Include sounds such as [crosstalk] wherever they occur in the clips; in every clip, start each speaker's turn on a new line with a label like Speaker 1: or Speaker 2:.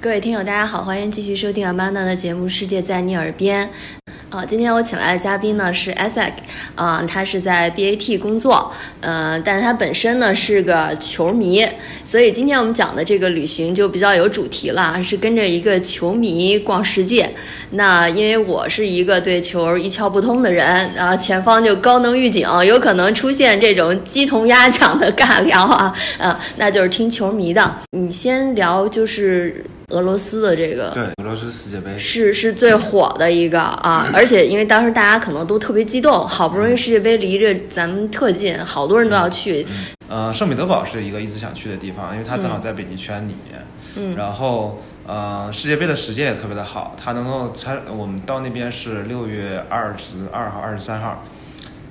Speaker 1: 各位听友，大家好，欢迎继续收听阿曼达的节目《世界在你耳边》。啊、今天我请来的嘉宾呢是 Isaac，啊、他是在 BAT 工作，呃，但是他本身呢是个球迷，所以今天我们讲的这个旅行就比较有主题了，是跟着一个球迷逛世界。那因为我是一个对球一窍不通的人，啊，前方就高能预警，有可能出现这种鸡同鸭讲的尬聊啊，啊，那就是听球迷的。你先聊就是俄罗斯的这个
Speaker 2: 对，俄罗斯世界杯，
Speaker 1: 是是最火的一个啊，而且因为当时大家可能都特别激动，好不容易世界杯离着咱们特近，好多人都要去，
Speaker 2: 呃，圣彼得堡是一个一直想去的地方，因为它正好在北极圈里面。嗯。然后，呃，世界杯的时间也特别的好，它能够参，我们到那边是六月二十二号、二十三号，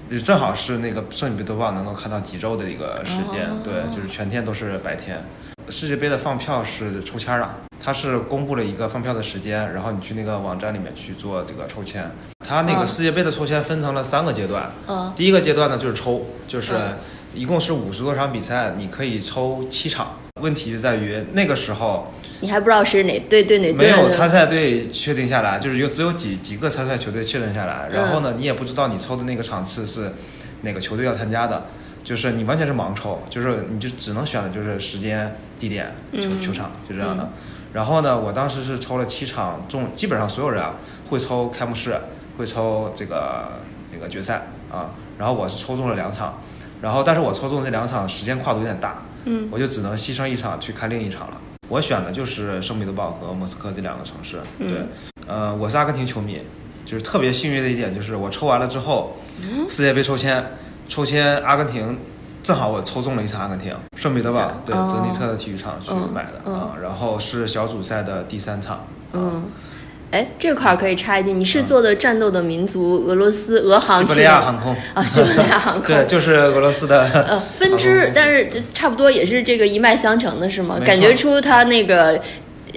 Speaker 2: 就正好是那个圣彼得堡能够看到极昼的一个时间，
Speaker 1: 哦
Speaker 2: 对，就是全天都是白天。世界杯的放票是抽签儿啊，它是公布了一个放票的时间，然后你去那个网站里面去做这个抽签。它那
Speaker 1: 嗯
Speaker 2: 个世界杯的抽签分成了三个阶段，
Speaker 1: 嗯
Speaker 2: 第一个阶段呢就是抽，就是
Speaker 1: 嗯
Speaker 2: 一共是五十多场比赛，你可以抽七场。问题就在于那个时候
Speaker 1: 你还不知道是哪队对哪
Speaker 2: 没
Speaker 1: 队
Speaker 2: 有
Speaker 1: 的，
Speaker 2: 参赛队确定下来，就是有只有几几个参赛球队确认下来，然后呢，
Speaker 1: 嗯
Speaker 2: 你也不知道你抽的那个场次是哪个球队要参加的，就是你完全是盲抽，就是你就只能选的就是时间、地点、球球场就这样
Speaker 1: 嗯
Speaker 2: 的。然后呢，我当时是抽了七场中，基本上所有人啊会抽开幕式，会抽这个这个决赛啊，然后我是抽中了两场，然后但是我抽中这两场时间跨度有点大，嗯，我就只能牺牲一场去看另一场了。我选的就是圣彼得堡和莫斯科这两个城市，
Speaker 1: 嗯
Speaker 2: 对，呃，我是阿根廷球迷，就是特别幸运的一点就是我抽完了之后，
Speaker 1: 嗯
Speaker 2: 世界杯抽签，抽签阿根廷。正好我抽中了一场阿根廷，圣彼得堡对
Speaker 1: 哦
Speaker 2: 泽尼特的体育场去买的、
Speaker 1: 嗯嗯
Speaker 2: 啊，然后是小组赛的第三场，啊
Speaker 1: 嗯。哎，这块儿可以插一句，你是坐的战斗的民族俄罗斯俄航去
Speaker 2: 嗯西伯
Speaker 1: 的
Speaker 2: 利亚航空，
Speaker 1: 啊，西伯利亚
Speaker 2: [laughs]
Speaker 1: 航空
Speaker 2: 对，，就是俄罗斯的
Speaker 1: 呃，分
Speaker 2: 航空公
Speaker 1: 支
Speaker 2: 司，
Speaker 1: 但是就差不多也是这个一脉相承的是吗？
Speaker 2: 没错
Speaker 1: 感觉出它那个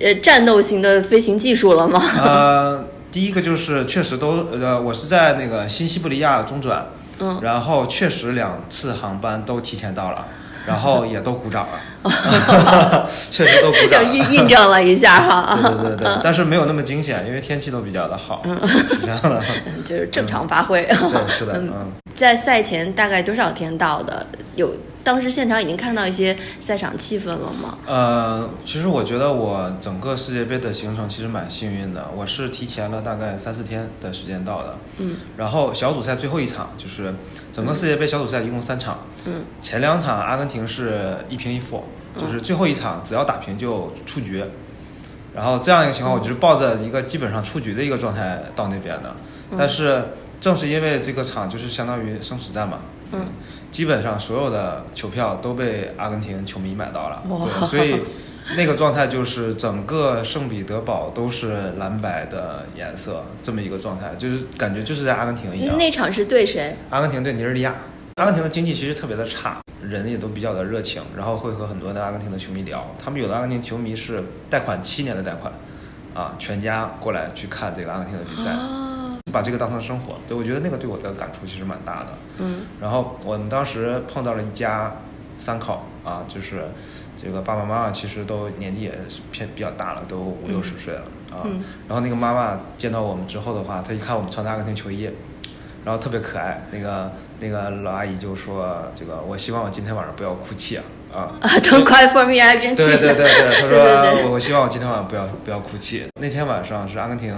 Speaker 1: 呃战斗型的飞行技术了吗？
Speaker 2: [laughs] 呃，第一个就是确实都呃，我是在那个新西伯利亚中转，
Speaker 1: 嗯，
Speaker 2: 然后确实两次航班都提
Speaker 1: [laughs]
Speaker 2: 前到了，然后也都鼓掌了，确实都鼓
Speaker 1: 就
Speaker 2: 掌了。
Speaker 1: 印印证了一下哈、啊，
Speaker 2: 对对对对，但是没有那么惊险，因为天气都比较的好，是这样
Speaker 1: [laughs]
Speaker 2: 的。
Speaker 1: 就是正常发挥。
Speaker 2: 对，是的，嗯，
Speaker 1: 在赛前大概多少天到的？有当时现场已经看到一些赛场气氛了吗？
Speaker 2: 呃，其实我觉得我整个世界杯的行程其实蛮幸运的，我是提前了大概三四天的时间到的。嗯，然后小组赛最后一场就是整个世界杯小组赛一共三场，
Speaker 1: 嗯，
Speaker 2: 前两场阿根廷是一平一负，就是最后一场只要打平就出局。然后这样一个情况，我就是抱着一个基本上出局的一个状态到那边的。但是正是因为这个场就是相当于生死战嘛，嗯，基本上所有的球票都被阿根廷球迷买到了，
Speaker 1: 哇
Speaker 2: 对，所以那个状态就是整个圣彼得堡都是蓝白的颜色，这么一个状态，就是感觉就是在阿根廷一样。
Speaker 1: 那场是对谁？ [laughs]
Speaker 2: 阿根廷对尼日利亚，阿根廷的经济其实特别的差，人也都比较的热情，然后会和很多的阿根廷的球迷聊，他们有的阿根廷球迷是贷款七年的贷款，啊，全家过来去看这个阿根廷的比赛，
Speaker 1: 哦，
Speaker 2: 把这个当成生活，对我觉得那个对我的感触其实蛮大的。
Speaker 1: 嗯，
Speaker 2: 然后我们当时碰到了一家三口啊，就是这个爸爸妈妈其实都年纪也是偏比较大了，都五六十岁了啊。然后那个妈妈见到我们之后的话，她一看我们穿的阿根廷球衣，然后特别可爱，那个那个老阿姨就说：“这个我希望我今天晚上不要哭泣啊啊。”
Speaker 1: 啊，Don't cry for me, Argentina。
Speaker 2: 对对对对，他
Speaker 1: [laughs] 对对
Speaker 2: 说啊
Speaker 1: 对
Speaker 2: 我希望我今天晚上不要不要哭泣。那天晚上是阿根廷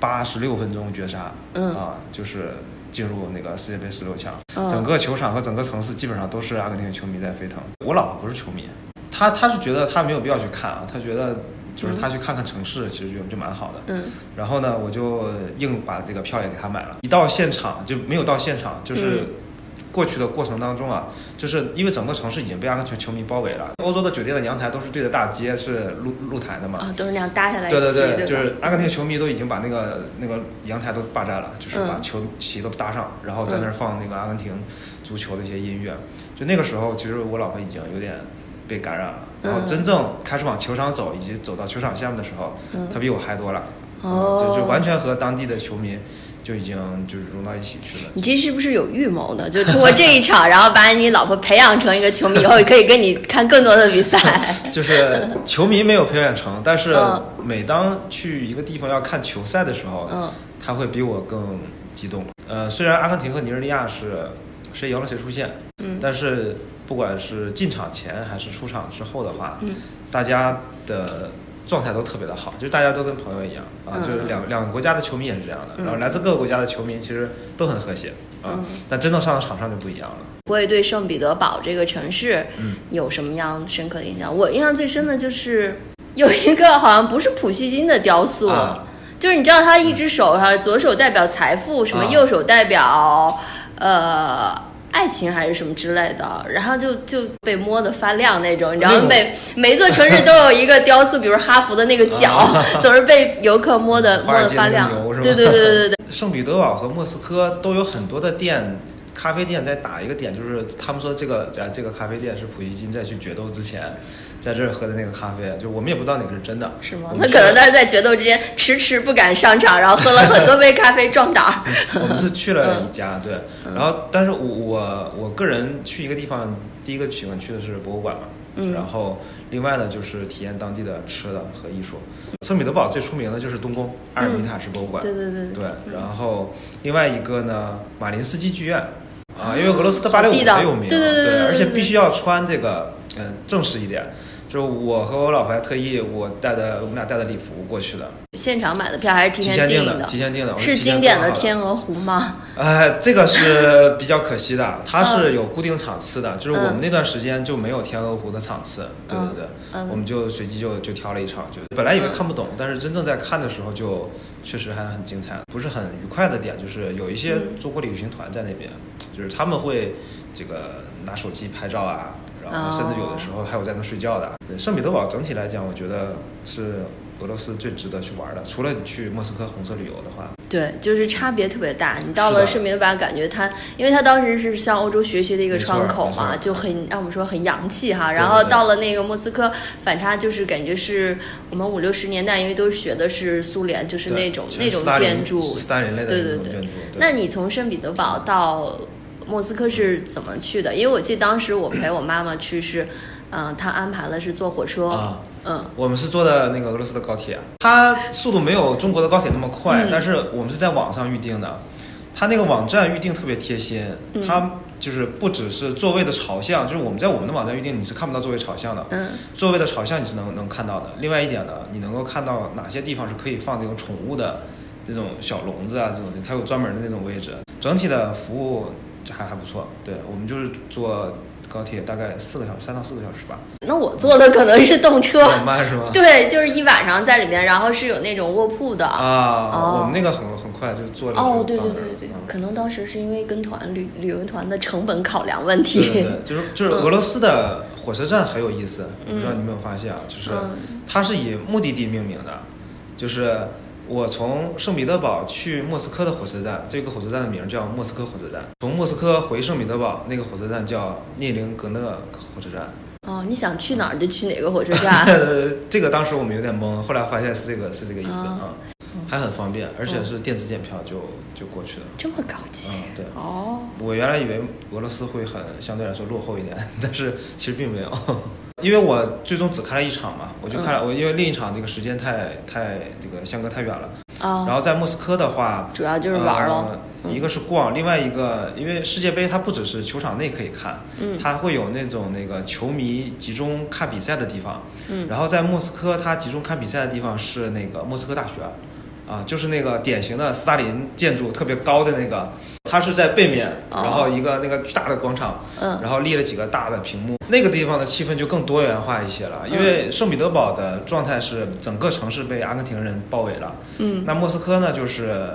Speaker 2: 八十六分钟绝杀，
Speaker 1: 嗯
Speaker 2: 啊，就是进入那个世界杯十六强，
Speaker 1: 嗯
Speaker 2: 整个球场和整个城市基本上都是阿根廷球迷在沸腾。我老婆不是球迷，她她是觉得她没有必要去看啊，她觉得就是她去看看城市，其实就就蛮好的。
Speaker 1: 嗯
Speaker 2: 然后呢，我就硬把这个票也给他买了。一到现场就没有到现场，就是
Speaker 1: 嗯
Speaker 2: 过去的过程当中啊，就是因为整个城市已经被阿根廷球迷包围了。欧洲的酒店的阳台都是对着大街，是露露台的嘛。
Speaker 1: 啊，都是那样搭下来一起，
Speaker 2: 对对
Speaker 1: 对吧，
Speaker 2: 就是阿根廷球迷都已经把那个那个阳台都霸占了，就是把
Speaker 1: 嗯
Speaker 2: 球旗都搭上，然后在那儿放那个阿根廷足球的一些音乐。就那个时候，其实我老婆已经有点被感染了。然后
Speaker 1: 嗯
Speaker 2: 真正开始往球场走，以及走到球场下面的时候，她比我嗨多了。
Speaker 1: 嗯哦
Speaker 2: 嗯就就完全和当地的球迷就已经就是融到一起去了。
Speaker 1: 你这是不是有预谋的？ [laughs] 就通过这一场，然后把你老婆培养成一个球迷，以后也可以跟你看更多的比赛。
Speaker 2: 就是球迷没有培
Speaker 1: [laughs]
Speaker 2: 养成，但是
Speaker 1: 嗯
Speaker 2: 每当去一个地方要看球赛的时候，
Speaker 1: 嗯
Speaker 2: 他会比我更激动。呃，虽然阿根廷和尼日利亚是谁赢了谁出线，嗯，但是不管是进场前还是出场之后的话，
Speaker 1: 嗯，
Speaker 2: 大家的状态都特别的好，就是大家都跟朋友一样啊，
Speaker 1: 嗯
Speaker 2: 就是两两个国家的球迷也是这样的，
Speaker 1: 嗯
Speaker 2: 然后来自各个国家的球迷其实都很和谐啊，
Speaker 1: 嗯
Speaker 2: 但真正上到场上就不一样了。
Speaker 1: 我也对圣彼得堡这个城市
Speaker 2: 嗯
Speaker 1: 有什么样深刻的印象？我印象最深的就是有一个好像不是普希金的雕塑，
Speaker 2: 啊
Speaker 1: 就是你知道他一只手哈，左手代表财富，什么
Speaker 2: 啊
Speaker 1: 右手代表、呃爱情还是什么之类的，然后就就被摸得发亮那种，你知道
Speaker 2: 那种
Speaker 1: 每每一座城市都有一个雕塑，比如哈佛的那个角，总是被游客摸得摸
Speaker 2: 啊 [laughs] 华尔
Speaker 1: 得
Speaker 2: 街
Speaker 1: 发亮
Speaker 2: 那个油是，吧 [laughs]
Speaker 1: 对对对对对对，
Speaker 2: 圣彼得堡和莫斯科都有很多的店。咖啡店在打一个点，就是他们说这个呃这个咖啡店是普希金在去决斗之前，在这儿喝的那个咖啡，就我们也不知道哪个是真的，
Speaker 1: 是吗
Speaker 2: 我？
Speaker 1: 他
Speaker 2: 们
Speaker 1: 可能他在决斗之间迟迟不敢上场，然后喝了很多杯咖啡壮胆儿。
Speaker 2: [laughs] 我们是去了一家，对，
Speaker 1: 嗯
Speaker 2: 然后但是我我我个人去一个地方，第一个喜欢去的是博物馆嘛，
Speaker 1: 嗯
Speaker 2: 然后另外呢就是体验当地的吃的和艺术。圣彼得堡最出名的就是东宫阿尔米塔什博物馆，
Speaker 1: 嗯对对对
Speaker 2: 对，然后另外一个呢马林斯基剧院啊，因为俄罗斯的芭蕾舞
Speaker 1: 地道
Speaker 2: 很有名，
Speaker 1: 对对对对对
Speaker 2: 而且
Speaker 1: 对
Speaker 2: 必须要穿这个嗯、正式一点。就是我和我老婆还特意我带的我们俩带的礼服过去的，
Speaker 1: 现场买的票还是提
Speaker 2: 提前
Speaker 1: 订
Speaker 2: 订的提前订的我是
Speaker 1: 是
Speaker 2: 提前
Speaker 1: 经典的
Speaker 2: 订好的
Speaker 1: 天鹅湖吗？ [laughs]
Speaker 2: 哎，这个是比较可惜的，它是有固定场次的，就是我们那段时间就没有天鹅湖的场次，对
Speaker 1: 嗯
Speaker 2: 对对，
Speaker 1: 嗯
Speaker 2: 我们就随机就就挑了一场，就本来以为看不懂，但是真正在看的时候就确实还很精彩。不是很愉快的点就是有一些
Speaker 1: 嗯
Speaker 2: 中国旅行团在那边，就是他们会这个拿手机拍照啊，然后甚至有的时
Speaker 1: 哦
Speaker 2: 候还有在那睡觉的。圣彼得堡整体来讲，我觉得是俄罗斯最值得去玩的，除了你去莫斯科红色旅游的话，
Speaker 1: 对，就是差别特别大。你到
Speaker 2: 是的
Speaker 1: 了圣彼得堡，感觉它，因为它当时是向欧洲学习的一个
Speaker 2: 没错
Speaker 1: 窗口嘛，
Speaker 2: 没错
Speaker 1: 就很让我们说很洋气哈。
Speaker 2: 对
Speaker 1: 然后
Speaker 2: 对
Speaker 1: 到了那个莫斯科，反差就是感觉是我们五六十年代，因为都学的是苏联，就是
Speaker 2: 对
Speaker 1: 那种
Speaker 2: 就是
Speaker 1: 那种
Speaker 2: 斯大林
Speaker 1: 建筑，
Speaker 2: 斯大林类的
Speaker 1: 对
Speaker 2: 那
Speaker 1: 对
Speaker 2: 种
Speaker 1: 对
Speaker 2: 建筑对
Speaker 1: 那你从圣彼得堡到莫斯科是怎么去的？因为我记得当时我陪我妈妈去是，嗯、她安排了是坐火车，
Speaker 2: 啊
Speaker 1: 嗯，
Speaker 2: 我们是坐的那个俄罗斯的高铁，啊它速度没有中国的高铁那么快，
Speaker 1: 嗯
Speaker 2: 但是我们是在网上预定的，它那个网站预定特别贴心，
Speaker 1: 嗯
Speaker 2: 它就是不只是座位的朝向，就是我们在我们的网站预定你是看不到座位朝向的，
Speaker 1: 嗯
Speaker 2: 座位的朝向你是能能看到的。另外一点呢，你能够看到哪些地方是可以放这种宠物的这种小笼子啊，这种它有专门的那种位置。整体的服务就还还不错，对我们就是坐高铁大概四个小时，三到四个小时吧，
Speaker 1: 那我坐的可能是动
Speaker 2: [laughs]
Speaker 1: 车，
Speaker 2: 很慢是吗？
Speaker 1: 对，就是一晚上在里面，然后是有那种卧铺的。
Speaker 2: 啊，
Speaker 1: 哦
Speaker 2: 我们那个很很快就做了。
Speaker 1: 哦，
Speaker 2: 就
Speaker 1: 对
Speaker 2: 到
Speaker 1: 对
Speaker 2: 那
Speaker 1: 对
Speaker 2: 儿
Speaker 1: 对对
Speaker 2: 了，
Speaker 1: 可能当时是因为跟团旅旅游团的成本考量问题。
Speaker 2: 对对对，就是就是
Speaker 1: 嗯
Speaker 2: 俄罗斯的火车站很有意思，我不知道你有没有发现啊，就是
Speaker 1: 嗯
Speaker 2: 它是以目的地命名的，就是我从圣彼得堡去莫斯科的火车站，这个火车站的名叫莫斯科火车站；从莫斯科回圣彼得堡，那个火车站叫涅林格勒火车站。
Speaker 1: [laughs] 哦，你想去哪儿就去哪个火车站。
Speaker 2: [laughs] 呃，这个当时我们有点懵，后来发现是这个是这个意思
Speaker 1: 啊
Speaker 2: 啊，还很方便，而
Speaker 1: 哦
Speaker 2: 且是电子检票就就过去了。
Speaker 1: 这么高级、
Speaker 2: 嗯对
Speaker 1: 哦，
Speaker 2: 我原来以为俄罗斯会很相对来说落后一点， [laughs] 但是其实并没有， [laughs] 因为我最终只看了一场嘛，我就看了、
Speaker 1: 嗯
Speaker 2: 我因为另一场这个时间太太这个相隔太远了，
Speaker 1: 啊、
Speaker 2: 然后在莫斯科的话，
Speaker 1: 主要就是玩儿嗯了
Speaker 2: 呃一个是逛，另外一个因为世界杯它不只是球场内可以看，
Speaker 1: 嗯
Speaker 2: 它会有那种那个球迷集中看比赛的地方，嗯，然后在莫斯科它集中看比赛的地方是那个莫斯科大学。啊，就是那个典型的斯大林建筑特别高的那个，它是在背面，
Speaker 1: 哦
Speaker 2: 然后一个那个巨大的广场，
Speaker 1: 嗯
Speaker 2: 然后立了几个大的屏幕，那个地方的气氛就更多元化一些了。因为
Speaker 1: 嗯
Speaker 2: 圣彼得堡的状态是整个城市被阿根廷人包围了，
Speaker 1: 嗯，
Speaker 2: 那莫斯科呢，就是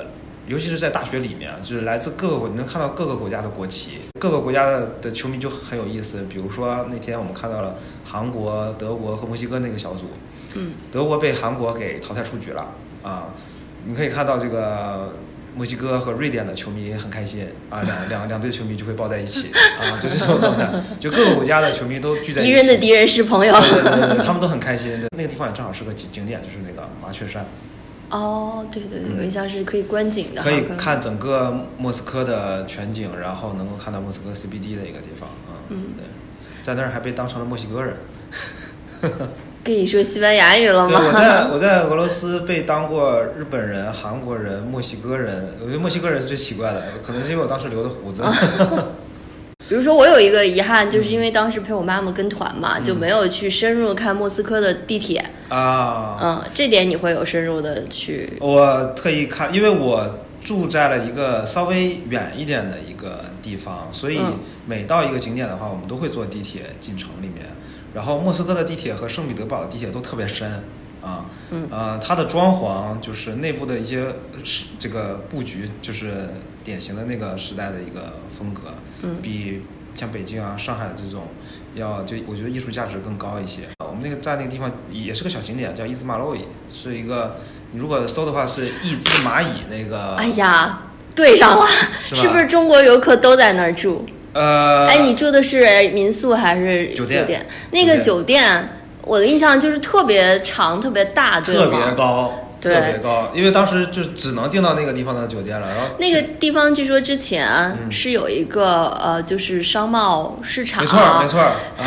Speaker 2: 尤其是在大学里面，啊就是来自各个国，你能看到各个国家的国旗，各个国家的的球迷就很有意思。比如说那天我们看到了韩国、德国和墨西哥那个小组，
Speaker 1: 嗯，
Speaker 2: 德国被韩国给淘汰出局了啊！你可以看到这个。墨西哥和瑞典的球迷也很开心啊，两两两队球迷就会抱在一起啊，就这种状态，就各个国家的球迷都聚在一起。
Speaker 1: 敌人的敌人是朋友。
Speaker 2: 对对对对，他们都很开心。那个地方也正好是个景景点，就是那个麻雀山。
Speaker 1: 哦，对对对，有一项是可以观景的，
Speaker 2: 嗯可以
Speaker 1: 好像
Speaker 2: 看整个莫斯科的全景，然后能够看到莫斯科 CBD 的一个地方啊。嗯，对，在那儿还被当成了墨西哥人。
Speaker 1: 跟你说西班牙语了
Speaker 2: 对，我在
Speaker 1: 吗？
Speaker 2: 我在俄罗斯被当过日本人、韩国人、墨西哥人，我觉得墨西哥人是最奇怪的，可能是因为我当时留的胡子。
Speaker 1: [laughs] 比如说，我有一个遗憾，就是因为当时陪我妈妈跟团
Speaker 2: 嗯
Speaker 1: 嘛，就没有去深入看莫斯科的地铁。
Speaker 2: [laughs] 啊，
Speaker 1: 嗯，这点你会有深入的去。
Speaker 2: 我特意看，因为我住在了一个稍微远一点的一个地方，所以
Speaker 1: 嗯
Speaker 2: 每到一个景点的话，我们都会坐地铁进城里面。然后莫斯科的地铁和圣彼得堡的地铁都特别深啊，
Speaker 1: 嗯
Speaker 2: 呃，它的装潢就是内部的一些是这个布局，就是典型的那个时代的一个风格，
Speaker 1: 嗯
Speaker 2: 比像北京啊、上海这种要就我觉得艺术价值更高一些。我们那个在那个地方也是个小景点，叫伊兹马洛伊，是一个你如果搜的话是伊兹蚂蚁那个，
Speaker 1: 哎呀，对上了，
Speaker 2: 啊 [laughs] 是
Speaker 1: 是
Speaker 2: 吧
Speaker 1: 不是中国游客都在那儿住？
Speaker 2: 呃，
Speaker 1: 哎，你住的是民宿还是
Speaker 2: 酒店
Speaker 1: 店？那个
Speaker 2: 酒
Speaker 1: 酒店，我的印象就是特别长、特别大，对吗？
Speaker 2: 特别高，
Speaker 1: 对
Speaker 2: 特别高，因为当时就只能订到那个地方的酒店了，然后
Speaker 1: 那个地方据说之前
Speaker 2: 嗯
Speaker 1: 是有一个、呃，就是商贸市场，
Speaker 2: 没错儿没错
Speaker 1: [laughs]
Speaker 2: 儿，嗯。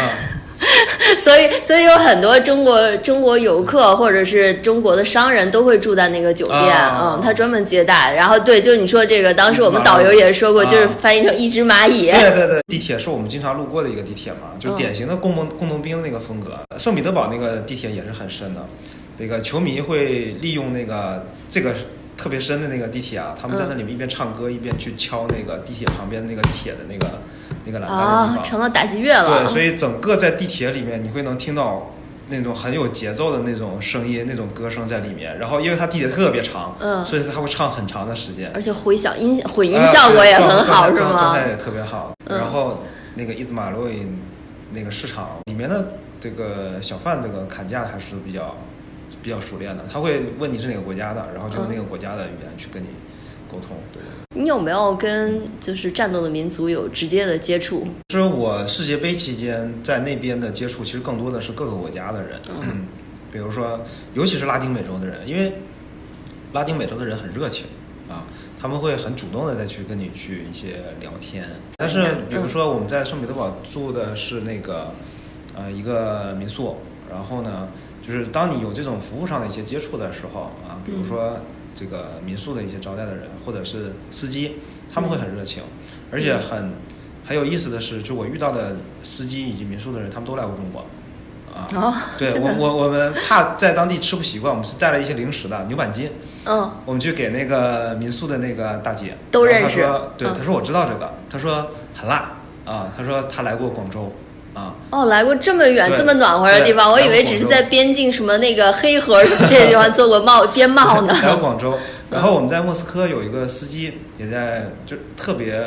Speaker 1: 所以所以有很多中国中国游客或者是中国的商人都会住在那个酒店，
Speaker 2: 啊
Speaker 1: 嗯，他专门接待。然后对，就你说这个，当时我们导游也说过，
Speaker 2: 一只蚂蚁
Speaker 1: 就是翻译成一只蚂蚁，
Speaker 2: 对对对，地铁是我们经常路过的一个地铁嘛，
Speaker 1: 嗯
Speaker 2: 就是典型的工农工农兵那个风格。圣彼得堡那个地铁也是很深的，那个球迷会利用那个这个特别深的那个地铁啊，他们在
Speaker 1: 嗯
Speaker 2: 那里面一边唱歌一边去敲那个地铁旁边那个铁的那个那个栏杆的地
Speaker 1: 啊
Speaker 2: 方。，
Speaker 1: 成了打击乐了。
Speaker 2: 对，所以整个在地铁里面，你会能听到那种很有节奏的那种声音，那种歌声在里面。然后，因为它地铁特别长，
Speaker 1: 嗯
Speaker 2: 所以它会唱很长的时间。
Speaker 1: 而且回响音混音效果也很好，
Speaker 2: 呃
Speaker 1: 是
Speaker 2: 状态状
Speaker 1: 吗
Speaker 2: 态？也特别好。
Speaker 1: 嗯
Speaker 2: 然后那个伊兹马洛伊那个市场里面的这个小贩，这个砍价还是比较比较熟练的。他会问你是哪个国家的，然后就用
Speaker 1: 嗯
Speaker 2: 那个国家的语言去跟你沟通。对对对。
Speaker 1: 你有没有跟就是战斗的民族有直接的接触？
Speaker 2: 其实我世界杯期间在那边的接触，其实更多的是各个国家的人，
Speaker 1: 嗯
Speaker 2: 嗯比如说，尤其是拉丁美洲的人，因为拉丁美洲的人很热情啊，他们会很主动的再去跟你去一些聊天。但是
Speaker 1: 嗯
Speaker 2: 比如说我们在圣彼得堡住的是那个呃一个民宿，然后呢，就是当你有这种服务上的一些接触的时候啊，比如说
Speaker 1: 嗯
Speaker 2: 这个民宿的一些招待的人或者是司机，他们会很热情，
Speaker 1: 嗯
Speaker 2: 而且很很有意思的是，就我遇到的司机以及民宿的人，他们都来过中国。啊，
Speaker 1: 哦
Speaker 2: 对
Speaker 1: 真
Speaker 2: 我
Speaker 1: 的
Speaker 2: 我我们怕在当地吃不习惯，我们是带了一些零食的牛板筋，
Speaker 1: 嗯，
Speaker 2: 我们去给那个民宿的那个大姐，
Speaker 1: 都
Speaker 2: 然后
Speaker 1: 认识
Speaker 2: 她说，对，
Speaker 1: 嗯
Speaker 2: 她说我知道这个，她说很辣啊，她说她来过广州啊，
Speaker 1: 哦，来过这么远、
Speaker 2: 对
Speaker 1: 这么暖和的地方，
Speaker 2: 对
Speaker 1: 我以为只是在边境什么那个黑河什么这些地方做过
Speaker 2: [laughs]
Speaker 1: 贸边贸呢。嗯
Speaker 2: 来过广州，然后我们在莫斯科有一个司机也在，就特别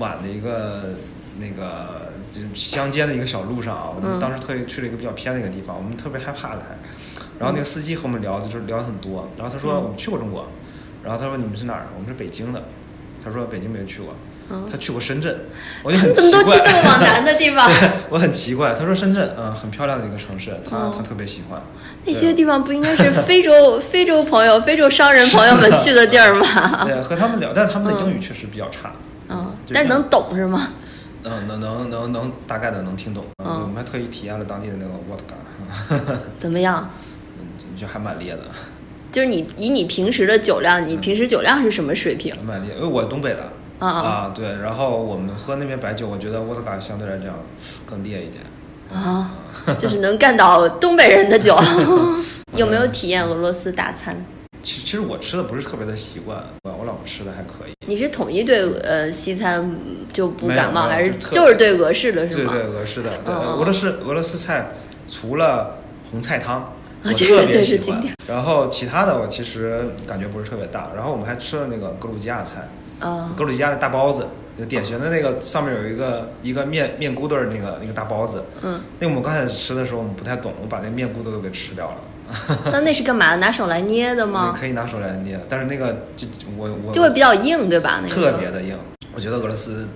Speaker 2: 晚的一个那个就是乡间的一个小路上啊，我们
Speaker 1: 嗯
Speaker 2: 当时特意去了一个比较偏的一个地方，我们特别害怕的还，然后那个司机和我们聊，就是聊得很多，然后他说我们去过中国，然后他说你们是哪儿的？我们是北京的，他说北京没有去过。
Speaker 1: 嗯
Speaker 2: 他去过深
Speaker 1: [laughs]
Speaker 2: 圳，我就很
Speaker 1: 你
Speaker 2: 奇
Speaker 1: 怎
Speaker 2: 怪。
Speaker 1: 么都去这么往南的地方？
Speaker 2: 对 [laughs] 我很奇怪，他说深圳，嗯，很漂亮的一个城市，他、
Speaker 1: 哦
Speaker 2: 他特别喜欢。
Speaker 1: 那些地方不应该是非洲 [laughs] 非洲朋友、非洲商人朋友们去的地儿 [laughs] 吗？
Speaker 2: [laughs] 对，和他们聊，但是他们的英语确实比较差。
Speaker 1: 嗯，
Speaker 2: 就
Speaker 1: 但是
Speaker 2: 像
Speaker 1: 能懂是吗？
Speaker 2: 嗯，能能能能大概的能听懂。
Speaker 1: 嗯
Speaker 2: 我们还特意体验了当地的那个 vodka， [laughs]
Speaker 1: 怎么样？
Speaker 2: 嗯，就还蛮烈的，
Speaker 1: 就是你以你平时的酒量，你平时酒量是什么水平
Speaker 2: 还？蛮烈。因为我东北的
Speaker 1: 啊啊
Speaker 2: 对。然后我们喝那边白酒，我觉得 vodka 相对来讲更烈一点。 [laughs]
Speaker 1: 啊，就是能干到东北人的酒。有没有体验俄罗斯大餐？
Speaker 2: 其其实我吃的不是特别的习惯，我我老婆吃的还可以。
Speaker 1: 你是统一对呃西餐嗯就不感冒，
Speaker 2: 没有
Speaker 1: 还
Speaker 2: 没有
Speaker 1: 是
Speaker 2: 就特
Speaker 1: 就是对俄式的是
Speaker 2: 对
Speaker 1: 吗？
Speaker 2: 对，俄式的，对
Speaker 1: 嗯嗯
Speaker 2: 俄罗斯俄罗斯菜除了红菜汤，我
Speaker 1: 啊这个
Speaker 2: 特别
Speaker 1: 对
Speaker 2: 喜
Speaker 1: 是
Speaker 2: 欢。
Speaker 1: 经典
Speaker 2: 然后其他的我其实感觉不是特别大。然后我们还吃了那个格鲁吉亚菜，
Speaker 1: 啊
Speaker 2: 格鲁吉亚的大包子，就典型的那个上面有一个一个面面骨墩儿那个那个大包子。
Speaker 1: 嗯，
Speaker 2: 那我们刚开始吃的时候我们不太懂，我把那面骨头都给吃掉了。
Speaker 1: 哦那那是干嘛？拿手来捏的
Speaker 2: 你
Speaker 1: 吗？
Speaker 2: 可以拿手来捏，但是那个就我我
Speaker 1: 就会比较硬，对吧？那个
Speaker 2: 特别的硬。我觉得俄罗斯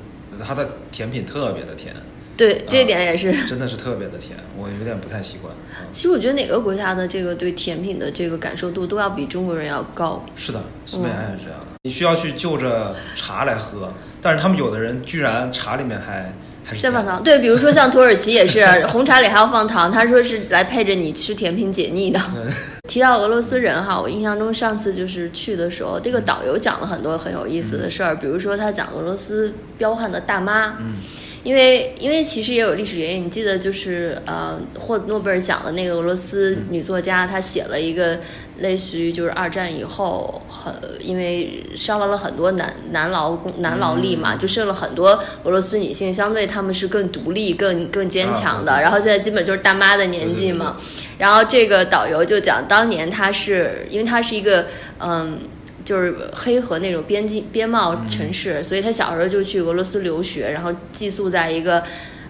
Speaker 2: 它的甜品特别的甜，
Speaker 1: 对，这一点
Speaker 2: 啊
Speaker 1: 也是。
Speaker 2: 真的是特别的甜，我有点不太习惯。嗯
Speaker 1: 其实我觉得哪个国家的这个对甜品的这个感受度都要比中国人要高。
Speaker 2: 是的，西班牙也是这样的，你需要去就着茶来喝，但是他们有的人居然茶里面还还是
Speaker 1: 再
Speaker 2: 甜
Speaker 1: 放糖，对，比如说像土耳其也是，
Speaker 2: [laughs]
Speaker 1: 红茶里还要放糖，他说是来配着你吃甜品解腻的。
Speaker 2: 嗯
Speaker 1: 提到俄罗斯人哈，我印象中上次就是去的时候，这个
Speaker 2: 嗯
Speaker 1: 导游讲了很多很有意思的事儿，比如说他讲俄罗斯彪悍的大妈，
Speaker 2: 嗯，
Speaker 1: 因为因为其实也有历史原因，你记得就是呃获诺贝尔奖的那个俄罗斯女作家，她写了一个类似于就是二战以后很因为伤亡了很多男男劳工男劳力嘛，就剩了很多俄罗斯女性，相对她们是更独立、更更坚强的，
Speaker 2: 啊对对
Speaker 1: 然后现在基本就是大妈的年纪嘛。然后这个导游就讲，当年他是因为他是一个嗯。就是黑河那种边境边贸城市，所以他小时候就去俄罗斯留学，然后寄宿在一个，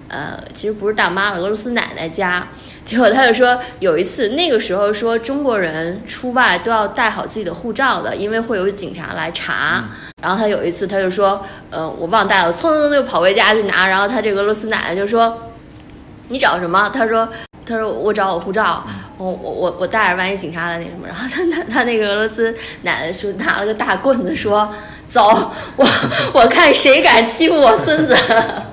Speaker 1: 呃，其实不是大妈了，俄罗斯奶奶家。结果他就说，有一次那个时候说中国人出外都要带好自己的护照的，因为会有警察来查。然后他有一次他就说，呃，我忘带了，蹭蹭蹭就跑回家去拿。然后他这个俄罗斯奶奶就说，你找什么？他说，他说我找我护照，我我我我带着，万一警察来那什么。然后他他他那个俄罗斯奶奶说拿了个大棍子说，走，我我看谁敢欺负我孙子。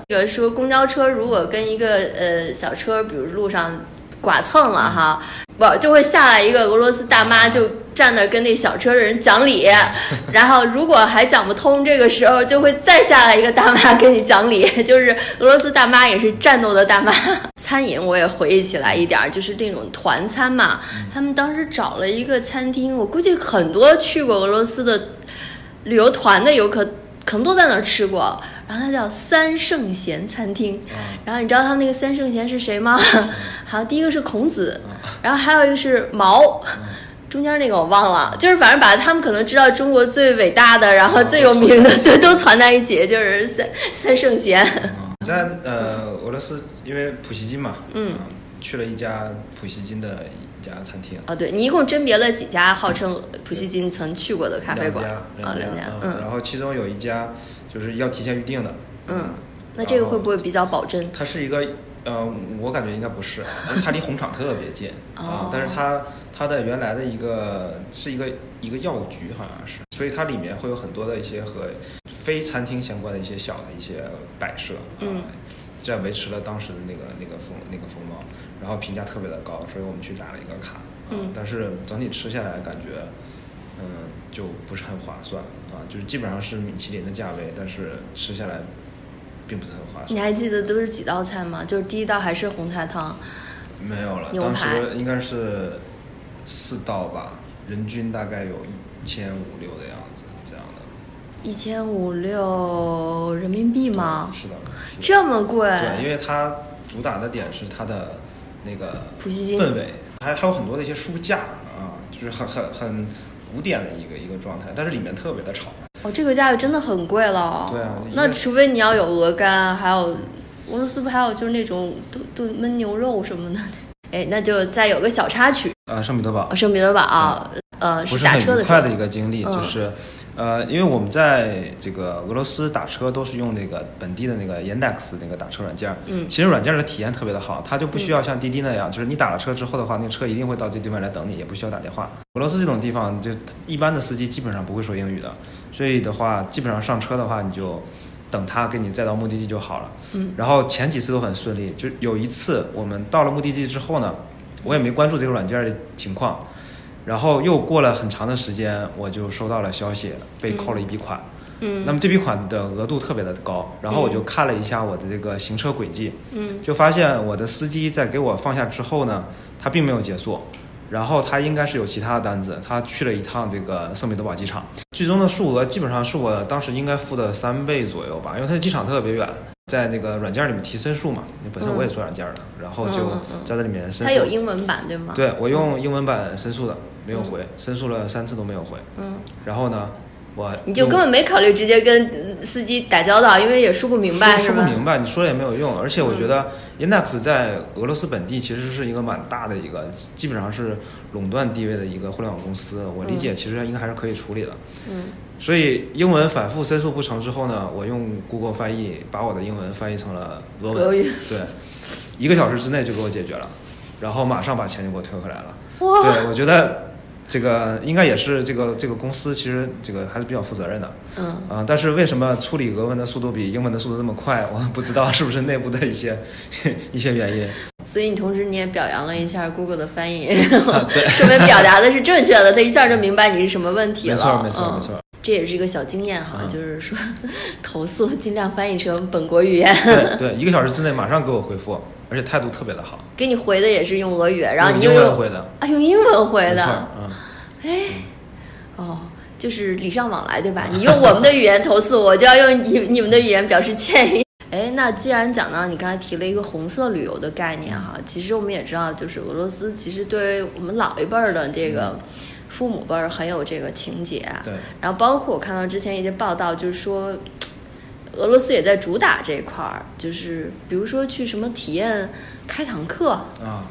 Speaker 1: 这个说公交车如果跟一个呃小车，比如路上剐蹭了哈，不就会下来一个俄罗斯大妈就。站那儿跟那小车的人讲理，然后如果还讲不通，这个时候就会再下来一个大妈跟你讲理，就是俄罗斯大妈也是战斗的大妈。餐饮我也回忆起来一点儿，就是那种团餐嘛，他们当时找了一个餐厅，我估计很多去过俄罗斯的旅游团的游客可能都在那儿吃过，然后它叫三圣贤餐厅。
Speaker 2: 嗯
Speaker 1: 然后你知道他们那个三圣贤是谁
Speaker 2: [laughs]
Speaker 1: 吗？好，第一个是孔子，
Speaker 2: 啊
Speaker 1: 然后还有一个是毛，中间那个我忘了，就是反正把他们可能知道中国最伟大
Speaker 2: 啊
Speaker 1: 的，然后最有名的，对，都攒在一起，就是三三圣贤。 [laughs]
Speaker 2: 嗯在呃俄罗斯，因为普希金嘛，嗯，去了一家普希金的一家餐厅，
Speaker 1: 哦，对你一共甄别了几家号称普希金曾去过的咖啡馆？啊，
Speaker 2: 两家，
Speaker 1: 两
Speaker 2: 家
Speaker 1: 家，，
Speaker 2: 嗯
Speaker 1: 嗯
Speaker 2: 然后其中有一家就是要提前预定的，
Speaker 1: 嗯。那这个会不会比较保真？
Speaker 2: 它是一个，呃，我感觉应该不是，啊但是它离红场特别近
Speaker 1: 哦
Speaker 2: 啊、但是它它的原来的一个是一个一个药局好像是，所以它里面会有很多的一些和非餐厅相关的一些小的一些摆设，啊
Speaker 1: 嗯
Speaker 2: 这样维持了当时的那个那个风那个风貌，然后评价特别的高，所以我们去打了一个卡，啊
Speaker 1: 嗯
Speaker 2: 但是整体吃下来感觉。嗯，就不是很划算啊，就是基本上是米其林的价位，但是吃下来并不是很划算。
Speaker 1: 你还记得都是几道菜吗？就是第一道还是红菜汤，
Speaker 2: 没有了，
Speaker 1: 牛
Speaker 2: 当
Speaker 1: 排
Speaker 2: 时应该是四道吧，人均大概有一千五六的样子，这样的。
Speaker 1: 一千五六人民币吗？
Speaker 2: 是的，是的
Speaker 1: 啊这么贵？
Speaker 2: 对，因为它主打的点是它的那个
Speaker 1: 普希金
Speaker 2: 氛围，还还有很多的一些书架啊，就是很很很古典的一个一个状态，但是里面特别的吵。
Speaker 1: 哦，这个价位真的很贵了。
Speaker 2: 对啊
Speaker 1: 那
Speaker 2: 因为
Speaker 1: 除非你要有鹅肝，还有俄罗斯不还有就是那种炖炖焖牛肉什么的。 [laughs] 哎，那就再有个小插曲，
Speaker 2: 啊，圣彼得堡
Speaker 1: 哦，圣彼得堡，呃，
Speaker 2: 嗯
Speaker 1: 是
Speaker 2: 不是
Speaker 1: 打
Speaker 2: 很
Speaker 1: 车
Speaker 2: 愉
Speaker 1: 的时
Speaker 2: 快
Speaker 1: 候
Speaker 2: 的一个经历，
Speaker 1: 嗯
Speaker 2: 就是，呃，因为我们在这个俄罗斯打车都是用那个本地的那个 Yandex 那个打车软件，
Speaker 1: 嗯
Speaker 2: 其实软件的体验特别的好，它就不需要像滴滴那样，就是你打了车之后的话，那个车一定会到这地方来等你，也不需要打电话。俄罗斯这种地方，就一般的司机基本上不会说英语的，所以的话，基本上上车的话，你就等他给你载到目的地就好了。
Speaker 1: 嗯，
Speaker 2: 然后前几次都很顺利，就有一次我们到了目的地之后呢，我也没关注这个软件的情况，然后又过了很长的时间，我就收到了消息，被扣了一笔款。
Speaker 1: 嗯
Speaker 2: 那么这笔款的额度特别的高，然后我就看了一下我的这个行车轨迹，
Speaker 1: 嗯，
Speaker 2: 就发现我的司机在给我放下之后呢，他并没有结束，然后他应该是有其他的单子，他去了一趟这个圣彼得堡机场，最终的数额基本上是我当时应该付的三倍左右吧，因为他的机场特别远，在那个软件里面提申诉嘛，那本身我也做软件的，然后就
Speaker 1: 嗯嗯嗯
Speaker 2: 在这里面申
Speaker 1: 它
Speaker 2: 诉，
Speaker 1: 有英文版对吗？，
Speaker 2: 对我用英文版申诉的，没有回，申诉了三次都没有回，
Speaker 1: 嗯
Speaker 2: 然后呢，我
Speaker 1: 你就根本没考虑直接跟司机打交道，因为也说不明白，
Speaker 2: 说
Speaker 1: 是
Speaker 2: 说不
Speaker 1: 吧？嗯
Speaker 2: 明白，你说了也没有用。而且我觉得 Inax 在俄罗斯本地其实是一个蛮大的一个，基本上是垄断地位的一个互联网公司。我理解，其实应该还是可以处理的。
Speaker 1: 嗯，
Speaker 2: 所以英文反复申诉不成之后呢，我用 Google 翻译把我的英文翻译成了俄文，
Speaker 1: 俄语
Speaker 2: 对，一个小时之内就给我解决了，然后马上把钱就给我退回来了。
Speaker 1: 哇
Speaker 2: 对，我觉得这个应该也是这个这个公司其实这个还是比较负责任的。
Speaker 1: 嗯
Speaker 2: 啊，但是为什么处理俄文的速度比英文的速度这么快？我不知道是不是内部的一些一些原因。
Speaker 1: 所以你同时你也表扬了一下
Speaker 2: 嗯
Speaker 1: Google 的翻
Speaker 2: [laughs]
Speaker 1: 译，说明表达的是正确的，他一下就明白你是什么问题了。
Speaker 2: 没错，没错，
Speaker 1: 嗯
Speaker 2: 没错。
Speaker 1: 这也是一个小经验哈，
Speaker 2: 嗯
Speaker 1: 就是说投诉尽量翻译成本国语言， [laughs]
Speaker 2: 对对，一个小时之内马上给我回复，而且态度特别的好。
Speaker 1: 给你回的也是用俄语，然后你又
Speaker 2: 用英文
Speaker 1: 用
Speaker 2: 回的，
Speaker 1: 啊用英文回
Speaker 2: 没
Speaker 1: 的
Speaker 2: 错，，嗯。
Speaker 1: 哎，哦，就是礼尚往来，对吧？你用我们的语言投诉，我就要用你 [laughs] 你们的语言表示歉意。哎，那既然讲到你刚才提了一个红色旅游的概念哈，其实我们也知道，就是俄罗斯其实对我们老一辈儿的这个父母辈儿很有这个情节啊。
Speaker 2: 对
Speaker 1: 然后包括我看到之前一些报道，就是说。俄罗斯也在主打这块儿，就是比如说去什么体验开膛课，
Speaker 2: 啊，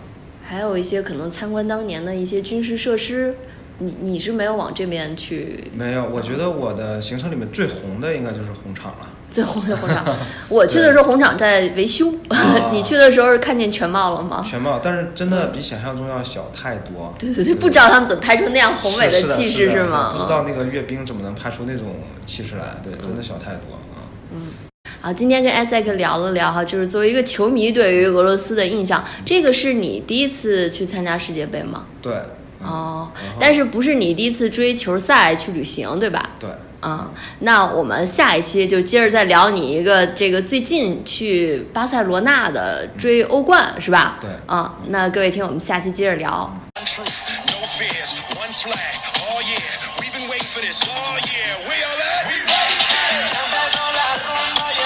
Speaker 1: 还有一些可能参观当年的一些军事设施，你你是没有往这边去
Speaker 2: 没有，我觉得我的行程里面最红的应该就是红场了。
Speaker 1: 最红的红
Speaker 2: [laughs]
Speaker 1: 场。我去的时候红场在维修，
Speaker 2: 啊
Speaker 1: [laughs] 你去的时候是看见全貌了吗？
Speaker 2: 全貌，但是真的比想象中要小太多。
Speaker 1: 哦嗯对对对，不知道他们怎么拍出那样宏伟
Speaker 2: 是是的
Speaker 1: 气
Speaker 2: 是
Speaker 1: 势
Speaker 2: 的是
Speaker 1: 吗？嗯
Speaker 2: 不知道那个阅兵怎么能拍出那种气势来，对，真的小太多啊。
Speaker 1: 好，啊今天跟艾塞克聊了聊哈，就是作为一个球迷对于俄罗斯的印象，这个是你第一次去参加世界杯吗？
Speaker 2: 对，嗯
Speaker 1: 哦
Speaker 2: 然后，
Speaker 1: 但是不是你第一次追球赛去旅行对吧？
Speaker 2: 对，
Speaker 1: 啊、那我们下一期就接着再聊你一个这个最近去巴塞罗那的追欧冠是吧？
Speaker 2: 对
Speaker 1: 啊、那各位听友，我们下期接着聊。
Speaker 3: truth, no fears, one flag. Oh yeah, we've been waiting for this. Oh yeah, we all at. We right here.